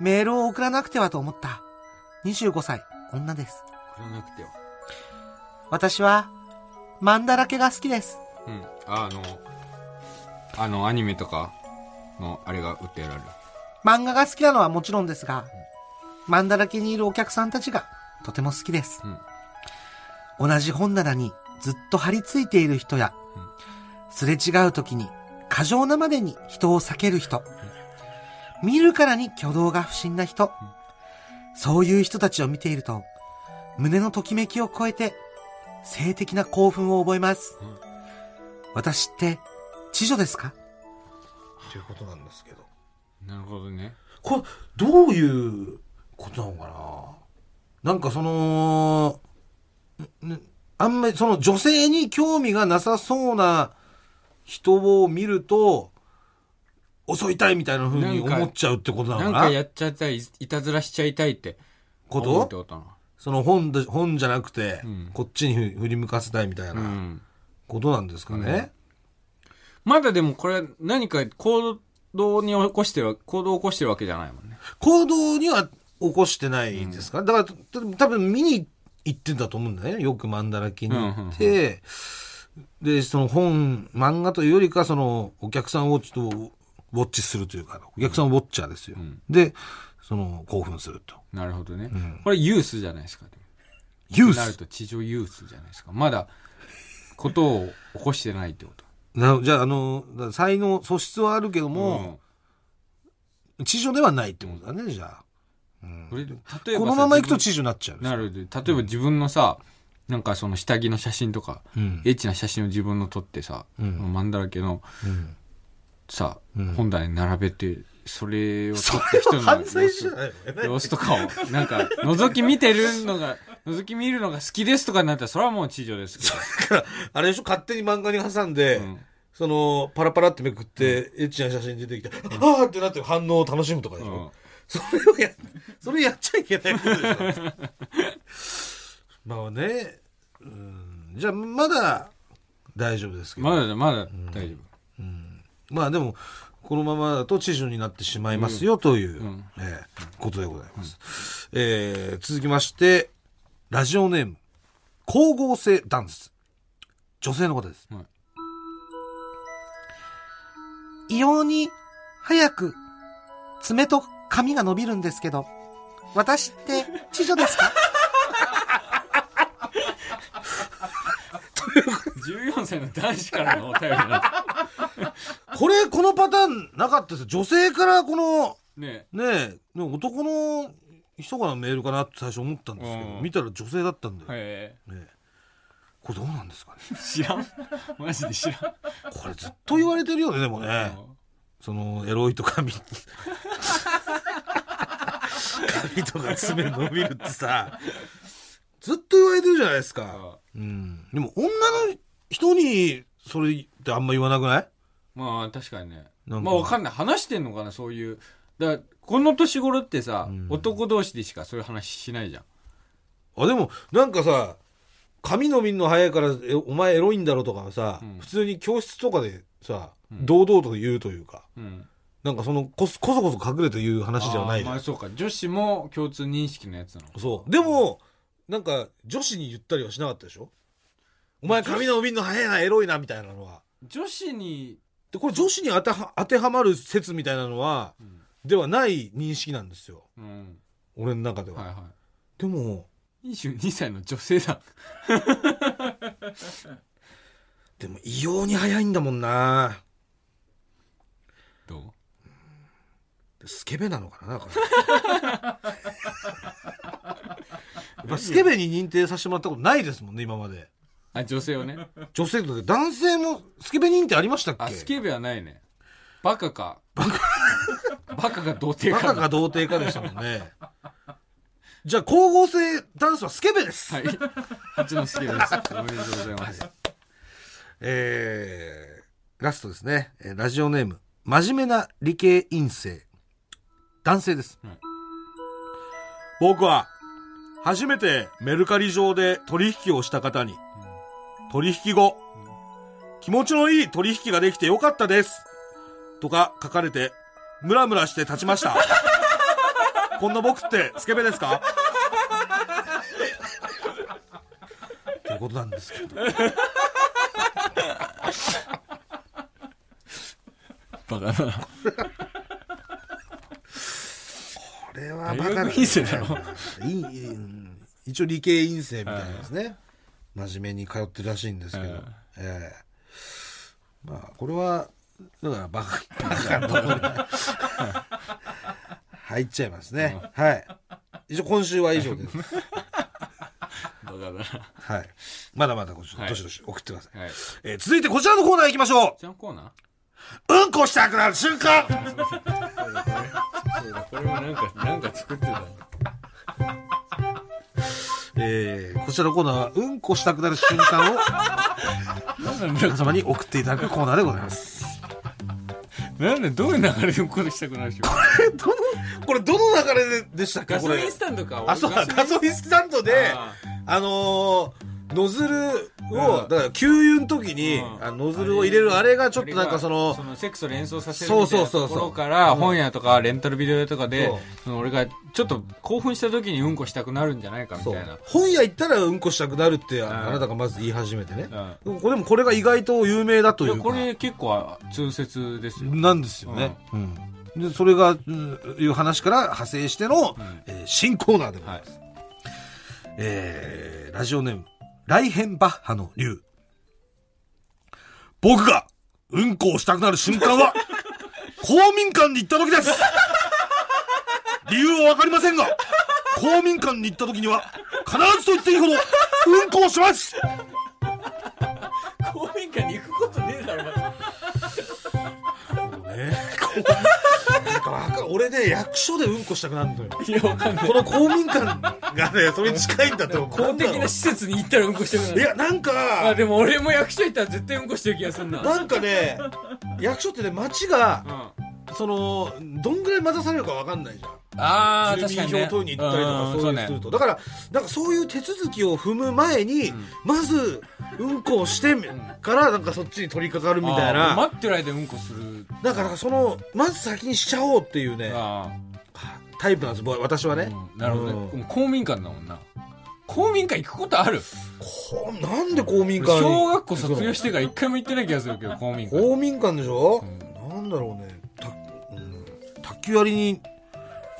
[SPEAKER 4] メールを送らなくてはと思った。25歳、女です。
[SPEAKER 1] これなくては
[SPEAKER 4] 私は、マンだらけが好きです。
[SPEAKER 1] うんあのあのアニメとかのあれが売ってやられる
[SPEAKER 4] 漫画が好きなのはもちろんですが、マンだらけにいるお客さんたちがとても好きです。同じ本棚にずっと張り付いている人や、すれ違う時に過剰なまでに人を避ける人、見るからに挙動が不審な人、そういう人たちを見ていると、胸のときめきを超えて、性的な興奮を覚えます。
[SPEAKER 1] うん
[SPEAKER 4] 私って、知女ですか
[SPEAKER 2] ということなんですけど。
[SPEAKER 1] なるほどね
[SPEAKER 2] これ、どういうことなのかななんかその、んあんまりその女性に興味がなさそうな人を見ると、襲いたいみたいな風に思っちゃうってことなの
[SPEAKER 1] な
[SPEAKER 2] か
[SPEAKER 1] ん
[SPEAKER 2] な
[SPEAKER 1] かやっちゃいたい、いたずらしちゃいたいって。
[SPEAKER 2] こ
[SPEAKER 1] 思うって
[SPEAKER 2] と
[SPEAKER 1] ことな
[SPEAKER 2] その本で、本じゃなくて、
[SPEAKER 1] うん
[SPEAKER 2] こっちにふ振り向かせたいみたい
[SPEAKER 1] の。う。
[SPEAKER 2] なんことなんですかね。
[SPEAKER 1] まだでもこれ何か行動に起こしてる、行動を起こしてるわけじゃないもんね。
[SPEAKER 2] 行動には起こしてないんですか、だからと多分見に行ってんだと思うんだよねよくマンダラキに行って、でその本漫画というよりかそのお客さんをちょっとウォッチするというかお客さんウォッチャーですよ、
[SPEAKER 1] うん
[SPEAKER 2] でその興奮すると
[SPEAKER 1] なるほどね。
[SPEAKER 2] ん
[SPEAKER 1] これユースじゃないですか。
[SPEAKER 2] ユー
[SPEAKER 1] なる
[SPEAKER 2] ス
[SPEAKER 1] と地上ユースじゃないですか。まだ、ことを起こしてないってこと。
[SPEAKER 2] なじゃああのだから才能素質はあるけども、地上ではないってことだね、じゃあ、うん
[SPEAKER 1] これ、例えばさ
[SPEAKER 2] このまま行くと
[SPEAKER 1] 自
[SPEAKER 2] 地上になっちゃう
[SPEAKER 1] 分なるほど例えば自分のさ、なんかその下着の写真とか、
[SPEAKER 2] うん
[SPEAKER 1] エッチな写真を自分の撮ってさ、
[SPEAKER 2] うん
[SPEAKER 1] マンだらけの
[SPEAKER 2] うん
[SPEAKER 1] さ、
[SPEAKER 2] うん
[SPEAKER 1] 本棚に並べて、それを撮
[SPEAKER 2] そ
[SPEAKER 1] った人
[SPEAKER 2] れ
[SPEAKER 1] の
[SPEAKER 2] は犯
[SPEAKER 1] 様
[SPEAKER 2] 罪じゃ
[SPEAKER 1] 子
[SPEAKER 2] ない
[SPEAKER 1] [laughs]
[SPEAKER 2] のね
[SPEAKER 1] 様子とかを、なんか、覗き見てるのが、覗き見るのが好きですとかになったら、それはもう地上ですけど。
[SPEAKER 2] あれでしょ勝手に漫画に挟んで、
[SPEAKER 1] うん
[SPEAKER 2] そのパラパラってめくって、エッチな写真出てきて、ああってなってる反応を楽しむとかでしょ、
[SPEAKER 1] うん
[SPEAKER 2] それをやそれやっちゃいけないことでし
[SPEAKER 1] [laughs]
[SPEAKER 2] ょまあねうんじゃあまだ大丈夫ですけど、
[SPEAKER 1] まだ、まだ大丈
[SPEAKER 2] まあでもこのままだと知女になってしまいますよという、
[SPEAKER 1] うん
[SPEAKER 2] ええことでございます、えー続きましてラジオネーム光合成ダンス女性の方です
[SPEAKER 1] 夫。はい
[SPEAKER 4] 異様に早く爪と髪が伸びるんですけど、私って、知女ですか
[SPEAKER 1] 14歳の男子からのお便りなんだ
[SPEAKER 2] [laughs] これこのパターンなかったですよ女性からこの
[SPEAKER 1] [laughs] ね
[SPEAKER 2] ねえね男の人からのメールかなって最初思ったんですけど、
[SPEAKER 1] うん
[SPEAKER 2] 見たら女性だったんで、
[SPEAKER 1] え。へ
[SPEAKER 2] ねえこれどうなんですかね
[SPEAKER 1] え知らんマジで知らん。
[SPEAKER 2] [laughs] これずっと言われてるよねでもね
[SPEAKER 1] うん
[SPEAKER 2] そのエロいと髪髪とか爪伸びるってさずっと言われてるじゃないですか、うん、でも女の人にそれってあんま言わなくない
[SPEAKER 1] まあ確かにね。
[SPEAKER 2] なんか
[SPEAKER 1] まあわかんない。話してんのかなそういう。だからこの年頃ってさ、
[SPEAKER 2] うん
[SPEAKER 1] 男同士でしかそういう話しないじゃん。
[SPEAKER 2] あでもなんかさ髪伸びんの早いからえお前エロいんだろとかさ、
[SPEAKER 1] うん
[SPEAKER 2] 普通に教室とかでさ、
[SPEAKER 1] うん
[SPEAKER 2] 堂々と言うというか
[SPEAKER 1] うん。
[SPEAKER 2] なんかそのこそこそこそ隠れて言う話じゃない
[SPEAKER 1] あー
[SPEAKER 2] じゃ
[SPEAKER 1] まあ
[SPEAKER 2] ん
[SPEAKER 1] そうか。女子も共通認識のやつなの。
[SPEAKER 2] そうでもなんか女子に言ったりはしなかったでしょお前髪伸びんの早いなエロいなみたいなのは
[SPEAKER 1] 女子に、
[SPEAKER 2] でこれ女子に当ては当てはまる説みたいなのは
[SPEAKER 1] うん。
[SPEAKER 2] ではない認識なんですよ
[SPEAKER 1] うん
[SPEAKER 2] 俺の中では、
[SPEAKER 1] はいは
[SPEAKER 2] でも
[SPEAKER 1] い。22歳の女性だ。
[SPEAKER 2] でも異様に早いんだもんな
[SPEAKER 1] どう
[SPEAKER 2] スケベなのかなだから
[SPEAKER 1] [laughs]
[SPEAKER 2] やっぱスケベに認定させてもらったことないですもんね今まで
[SPEAKER 1] あ、女性をね。
[SPEAKER 2] 女性とか男性もスケベ認定ありましたっ
[SPEAKER 1] あ、
[SPEAKER 2] け
[SPEAKER 1] スケベはないね。バカか。バカ。バカか童貞
[SPEAKER 2] バ
[SPEAKER 1] か。
[SPEAKER 2] カか童貞かでしたもんねじゃあ光合成ダンスはスケベです、
[SPEAKER 1] はい。八之助です。おめでとうございます。
[SPEAKER 2] えー、ラストですねえーラジオネーム真面目な理系院生男性です、
[SPEAKER 1] はい
[SPEAKER 2] 僕は初めてメルカリ上で取引をした方に取引後、気持ちのいい取引ができてよかったです。とか書かれて、ムラムラして立ちました。こんな僕ってスケベですかということなんですけど。
[SPEAKER 1] バカだな。
[SPEAKER 2] これは
[SPEAKER 1] バカだね大学院生だろ
[SPEAKER 2] いいうん一応理系院生みたいですね。真面目に通ってるらしいんですけど
[SPEAKER 1] うん。
[SPEAKER 2] ええまあ、これは、だからバカ、バカのところに入っちゃいますね。はい。一応今週は以上です。
[SPEAKER 1] バカだな。は
[SPEAKER 2] はい。まだまだこちら、
[SPEAKER 1] はい
[SPEAKER 2] どしどし送ってください。
[SPEAKER 1] い。
[SPEAKER 2] えー続いてこちらのコーナー行きましょ
[SPEAKER 1] ちゃんコーナ
[SPEAKER 2] う。うんこしたくなる瞬間
[SPEAKER 1] ーこれもなんか、なんか作ってた。
[SPEAKER 2] えー
[SPEAKER 4] こちらのコーナーは、うんこしたくなる瞬間を
[SPEAKER 1] なんなん
[SPEAKER 4] 皆様に送っていただくコーナーでございます。
[SPEAKER 1] なんでどういう流れでこれしたくなるでしょう
[SPEAKER 2] これどの流れでしたっけ
[SPEAKER 3] ガ
[SPEAKER 2] こ
[SPEAKER 3] ソリ
[SPEAKER 2] れ
[SPEAKER 3] ンスタンドか。
[SPEAKER 2] あそうだガソリンスタンドで
[SPEAKER 3] あ
[SPEAKER 2] あのーノズルを、
[SPEAKER 3] うん
[SPEAKER 2] だから給油の時に、
[SPEAKER 3] うん
[SPEAKER 2] あのノズルを入れるあれがちょっとなんかその
[SPEAKER 3] そのセックスを連想させるみたい
[SPEAKER 2] そう
[SPEAKER 3] な
[SPEAKER 2] そうそう
[SPEAKER 3] と
[SPEAKER 2] そう
[SPEAKER 3] ころから本屋とかレンタルビデオ屋とかで
[SPEAKER 2] そう
[SPEAKER 3] その俺がちょっと興奮した時にうんこしたくなるんじゃないかみ
[SPEAKER 2] そ
[SPEAKER 3] た
[SPEAKER 2] う
[SPEAKER 3] いな
[SPEAKER 2] 本屋行ったらうんこしたくなるって
[SPEAKER 3] う
[SPEAKER 2] あ
[SPEAKER 3] ん
[SPEAKER 2] あなたがまず言い始めてね、
[SPEAKER 3] うん
[SPEAKER 2] でもこれでもこれが意外と有名だとい
[SPEAKER 3] いうや
[SPEAKER 2] か
[SPEAKER 3] これ結構通説ですよ
[SPEAKER 4] なんですよね。うん。で、それが、うんいう話から派生しての、えー新コーナーでございます。えーラジオネーム、ライヘンバッハの竜。僕が、うんこをしたくなる瞬間 [laughs] は、公民館に行った時です理由はわかりませんが、公民館に行った時には、必ずと言っていいほど、うんこをします
[SPEAKER 3] 公民館に行くことねえだろ
[SPEAKER 2] ね、こうなんかわかる俺ね役所でうんこしたくなるのよ
[SPEAKER 3] いやわかんない
[SPEAKER 2] この公民館がねそれに近いんだと思
[SPEAKER 3] 公
[SPEAKER 2] う
[SPEAKER 3] 的
[SPEAKER 2] んだろ
[SPEAKER 3] な施設に行ったらうんこしてくな
[SPEAKER 2] うい
[SPEAKER 3] る
[SPEAKER 2] やなん
[SPEAKER 3] あ
[SPEAKER 2] か
[SPEAKER 3] でも俺も役所行ったら絶対うんこしてる気がするな
[SPEAKER 2] なんかね役所ってね町が
[SPEAKER 3] うんあ
[SPEAKER 2] そのどんぐらい待たされるかわかんないじゃん
[SPEAKER 3] あー
[SPEAKER 2] 住
[SPEAKER 3] 確か
[SPEAKER 2] 民
[SPEAKER 3] に
[SPEAKER 2] 票
[SPEAKER 3] ね
[SPEAKER 2] 等に行ったりとか
[SPEAKER 3] うん
[SPEAKER 2] そういうのすると、だからなんかそういう手続きを踏む前に、まずうんこをしてからなんかそっちに取り掛かるみたい
[SPEAKER 3] あー
[SPEAKER 2] な
[SPEAKER 3] 待ってる間にうんこする
[SPEAKER 2] だからそのまず先にしちゃおうっていうね
[SPEAKER 3] あ
[SPEAKER 2] タイプなんです僕私は
[SPEAKER 3] あ、
[SPEAKER 2] ね、
[SPEAKER 3] うん、なるほどね、
[SPEAKER 2] うん
[SPEAKER 3] もう公民館だもんな公民館行くことある
[SPEAKER 2] こなんで公民館に
[SPEAKER 3] 小学校卒業してから一回も行ってない気がするけど公民館
[SPEAKER 2] 公民館でしょ、なんだろうねた、うん、
[SPEAKER 4] 卓球やりに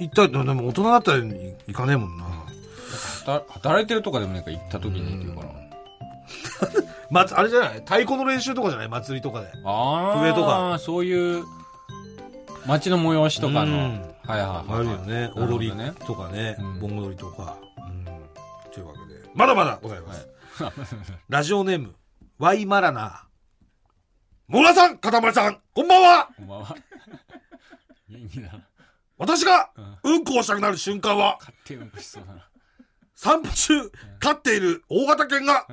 [SPEAKER 4] 行ったり、でも大人だったら行かねえもんな。
[SPEAKER 1] はた働いてるとかでもなんか行った時にっていうから
[SPEAKER 4] ま、あれじゃない太鼓の練習とかじゃない祭りとかで。
[SPEAKER 1] ああ
[SPEAKER 4] 笛とか
[SPEAKER 1] そういう街の催しとかの、
[SPEAKER 4] うん
[SPEAKER 1] はいはい
[SPEAKER 4] あ
[SPEAKER 1] はい
[SPEAKER 4] るよね。
[SPEAKER 1] なるほど
[SPEAKER 4] 踊り
[SPEAKER 1] ね
[SPEAKER 4] とかね
[SPEAKER 1] うん。
[SPEAKER 4] 盆踊りとか。うん
[SPEAKER 2] というわけで
[SPEAKER 4] まだまだございます。ラジオネーム、ワイマラナー。モラさん、かたまりさん、こんばんは
[SPEAKER 1] こんばんは [laughs] 元気だな
[SPEAKER 4] 私が、うんこをしたくなる瞬間は、
[SPEAKER 1] 勝手にうんこしそうだな
[SPEAKER 4] 散歩中、飼っている大型犬が、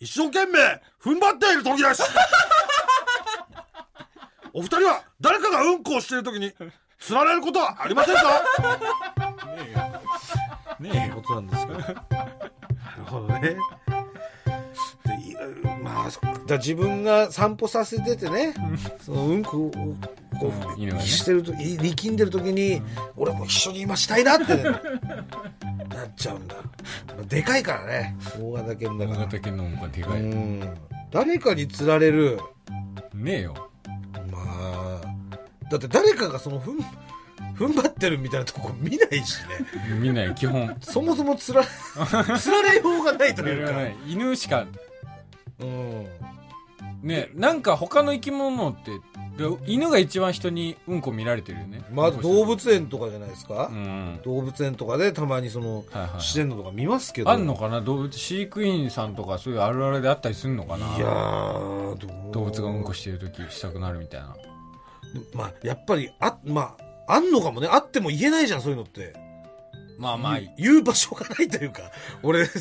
[SPEAKER 4] 一生懸命、踏ん張っている時です。 [laughs] お二人は、誰かがうんこをしている時に、釣られることはありませんか
[SPEAKER 1] ね
[SPEAKER 2] ことなんですけどなるほどねでいまあそっかだから自分が散歩させててねそのうんこをこう、
[SPEAKER 1] うん犬がね
[SPEAKER 2] してるとい力んでる時に、俺も一緒に今したいなってね、なっちゃうんだでかいからね大型犬だ
[SPEAKER 1] え
[SPEAKER 2] か
[SPEAKER 1] 大
[SPEAKER 2] ら
[SPEAKER 1] 型犬のうんこはでか
[SPEAKER 2] う
[SPEAKER 1] い、
[SPEAKER 2] ん誰かに釣られる
[SPEAKER 1] ねえよ
[SPEAKER 2] まあだって誰かがそのふん [laughs] 踏ん張ってるみたいなとこ見ないしね
[SPEAKER 1] みんなよ基
[SPEAKER 2] [laughs]
[SPEAKER 1] 本
[SPEAKER 2] そもそもつら
[SPEAKER 1] [laughs]
[SPEAKER 2] つられようがないというか
[SPEAKER 1] 犬しか
[SPEAKER 2] うん
[SPEAKER 1] ねなんか他の生き物って犬が一番人にうんこ見られてるよね
[SPEAKER 2] まあ、あと動物園とかじゃないですか、
[SPEAKER 1] うん
[SPEAKER 2] 動物園とかでたまにその
[SPEAKER 1] はいはい
[SPEAKER 2] 自然のとか見ますけど、
[SPEAKER 1] あんのかな動物飼育員さんとかそういうあるあるであったりするのかない
[SPEAKER 2] やーどう
[SPEAKER 1] 動物がうんこしてる時したくなるみたいな
[SPEAKER 2] まあやっぱりあまああんのかもねあっても言えないじゃんそういうのって
[SPEAKER 1] まあまあいい
[SPEAKER 2] 言う場所がないというか俺そ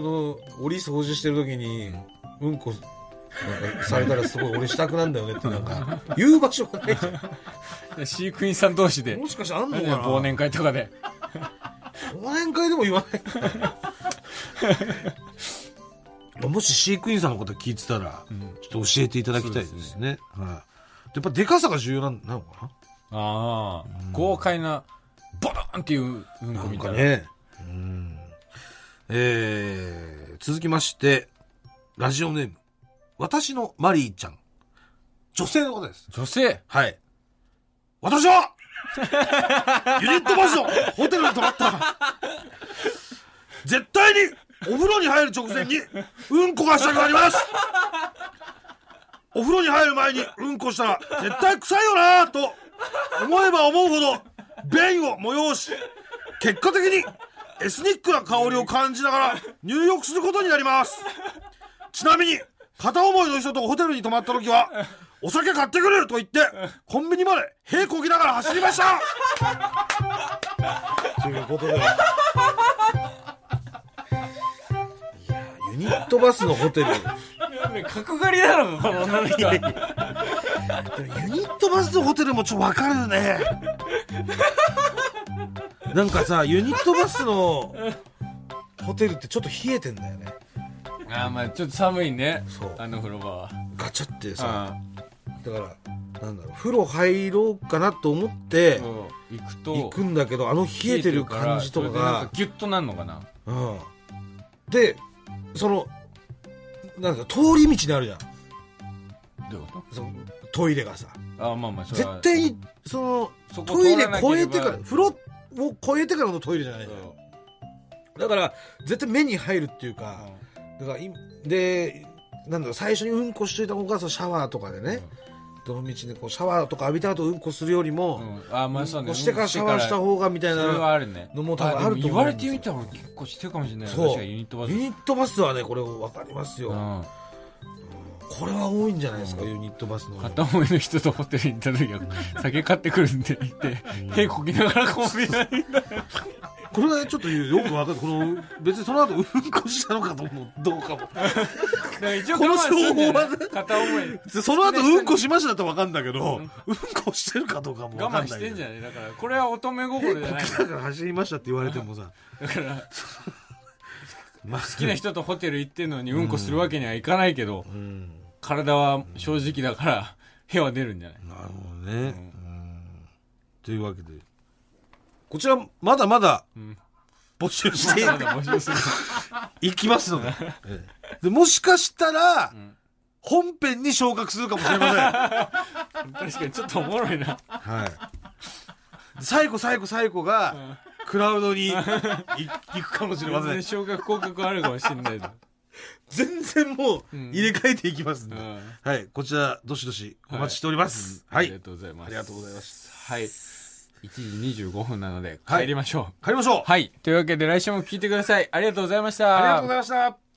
[SPEAKER 2] の檻掃除してる時にうんこなんかされたらすごい俺したくなんだよねってなんか言う場所がないじゃ
[SPEAKER 1] 飼育員さん同士で
[SPEAKER 2] んもしかしてあんのかな
[SPEAKER 1] 忘年会とかで
[SPEAKER 2] 忘年会でも言わない
[SPEAKER 4] [laughs] もし飼育員さんのこと聞いてたら、
[SPEAKER 1] ん
[SPEAKER 4] ちょっと教えていただきたいですね。はい。やっぱでかさが重要なんなのか
[SPEAKER 1] ああ豪快なボローンっていううん
[SPEAKER 4] なな
[SPEAKER 1] こみ
[SPEAKER 4] ん
[SPEAKER 1] た
[SPEAKER 4] か
[SPEAKER 1] いな
[SPEAKER 4] ね。うん。えー、続きまして、ラジオネーム。私のマリーちゃん。女性の方です。
[SPEAKER 1] 女性
[SPEAKER 4] はい。私はユニットバスのホテルに泊まったら、絶対にお風呂に入る直前にうんこがしたくなりますお風呂に入る前にうんこしたら絶対臭いよなぁと思えば思うほど便を催し、結果的にエスニックな香りを感じながら入浴することになります。ちなみに、片思いの人とホテルに泊まった時は、お酒買ってくれると言って、コンビニまで屁こきながら走りました
[SPEAKER 2] ということでニットバスのホテル。
[SPEAKER 1] 角刈りだろ、この女の人。
[SPEAKER 2] ユニットバスのホテルもちょっとわかるね。なんかさ、ユニットバスのホテルってちょっと冷えてんだよね。
[SPEAKER 1] あーまあちょっと寒いね
[SPEAKER 2] そう
[SPEAKER 1] あの風呂場は
[SPEAKER 2] ガチャってさ、
[SPEAKER 1] あ
[SPEAKER 2] だから、なんだろう、風呂入ろうかなと思って
[SPEAKER 1] ー、そう行くと
[SPEAKER 2] 行くんだけど、あの冷えてる感じとか
[SPEAKER 1] 冷えてるらそれでなん
[SPEAKER 2] が
[SPEAKER 1] か、ギュッとなんのかな
[SPEAKER 2] うん。で、その、なんか通り道にあるじゃん。
[SPEAKER 1] どういうこ
[SPEAKER 2] そのトイレがさ。
[SPEAKER 1] とあーまあまあそれは
[SPEAKER 2] 絶対に、その、
[SPEAKER 1] そこ
[SPEAKER 2] トイレ越え
[SPEAKER 1] 通
[SPEAKER 2] てから
[SPEAKER 1] なければ
[SPEAKER 2] 風呂を越えてからのトイレじゃないのよ
[SPEAKER 1] そ
[SPEAKER 2] だから絶対目に入るっていう
[SPEAKER 1] う
[SPEAKER 2] か
[SPEAKER 1] うん
[SPEAKER 2] だからいでなんだろう最初にうんこしといた方がそのシャワーとかでね、どの道でこうシャワーとか浴びた後うんこするよりも、
[SPEAKER 1] うんあーまあそううんね
[SPEAKER 2] こしてからシャワーした
[SPEAKER 1] うん
[SPEAKER 2] 方がみたい
[SPEAKER 1] それは
[SPEAKER 2] な
[SPEAKER 1] あるね
[SPEAKER 2] のも多分
[SPEAKER 1] あ
[SPEAKER 2] あると思うんです
[SPEAKER 1] で
[SPEAKER 2] よ
[SPEAKER 1] も言われてみたら俺結構してるかもしれない
[SPEAKER 2] そう
[SPEAKER 1] 確かにユニットバス
[SPEAKER 2] ユニットバスはねこれ分かりますよ、
[SPEAKER 1] うん
[SPEAKER 2] これは多いんじゃないですか、
[SPEAKER 1] うん
[SPEAKER 2] ユニットバスの
[SPEAKER 5] 片思いの人とホテルに行った時は酒買ってくるんで言って屁こきながらコンビニに
[SPEAKER 2] これはちょっとよく分かるこの別にその後うんこしたのかと思うどうか
[SPEAKER 1] [laughs]
[SPEAKER 2] も
[SPEAKER 1] だから一応
[SPEAKER 2] この
[SPEAKER 1] 我慢すんだよ
[SPEAKER 2] 情報はね
[SPEAKER 1] 片思い
[SPEAKER 2] その後うんこしましたって分かるんだけど、うんこしてるかどうかも分かんな
[SPEAKER 1] 我
[SPEAKER 2] い
[SPEAKER 1] 慢し
[SPEAKER 2] けど
[SPEAKER 1] てんじゃないだからこれは乙女心じゃない
[SPEAKER 2] だから走りましたって言われてもさ
[SPEAKER 1] だから
[SPEAKER 2] [laughs] まあ
[SPEAKER 1] 好きな人とホテル行ってんのにうんこするわけにはいかないけど、
[SPEAKER 2] うん
[SPEAKER 1] 体は正直だから、屁は出るんじ
[SPEAKER 2] [laughs]
[SPEAKER 1] ゃない
[SPEAKER 2] なるほどね、うんというわけでこちらまだまだ
[SPEAKER 1] ん
[SPEAKER 2] 募集して
[SPEAKER 1] まだ募集する。
[SPEAKER 2] いきます
[SPEAKER 1] [laughs]
[SPEAKER 2] ので,、ええでもしかしたら、本編に昇格するかもしれません
[SPEAKER 1] 確かにちょっとおもろいな。
[SPEAKER 2] はい最後最後最後が、クラウドにい [laughs] 行くかもしれま
[SPEAKER 1] 全
[SPEAKER 2] せん
[SPEAKER 1] 然昇格降格あるかもしれ [laughs] ないぞ。
[SPEAKER 2] 全然も
[SPEAKER 1] う
[SPEAKER 2] う
[SPEAKER 1] ん
[SPEAKER 2] 入れ替えていきますんで、
[SPEAKER 1] うん
[SPEAKER 2] はいこちらどしどしお待ちしております
[SPEAKER 1] あ
[SPEAKER 2] はい、
[SPEAKER 1] りがとうございます。。
[SPEAKER 2] ありがとうございます
[SPEAKER 1] はい。1時25分なので
[SPEAKER 2] はい
[SPEAKER 1] 帰りましょう。
[SPEAKER 2] 帰りましょう
[SPEAKER 1] はい。というわけで来週も聞いてください。ありがとうございました。
[SPEAKER 2] ありがとうございました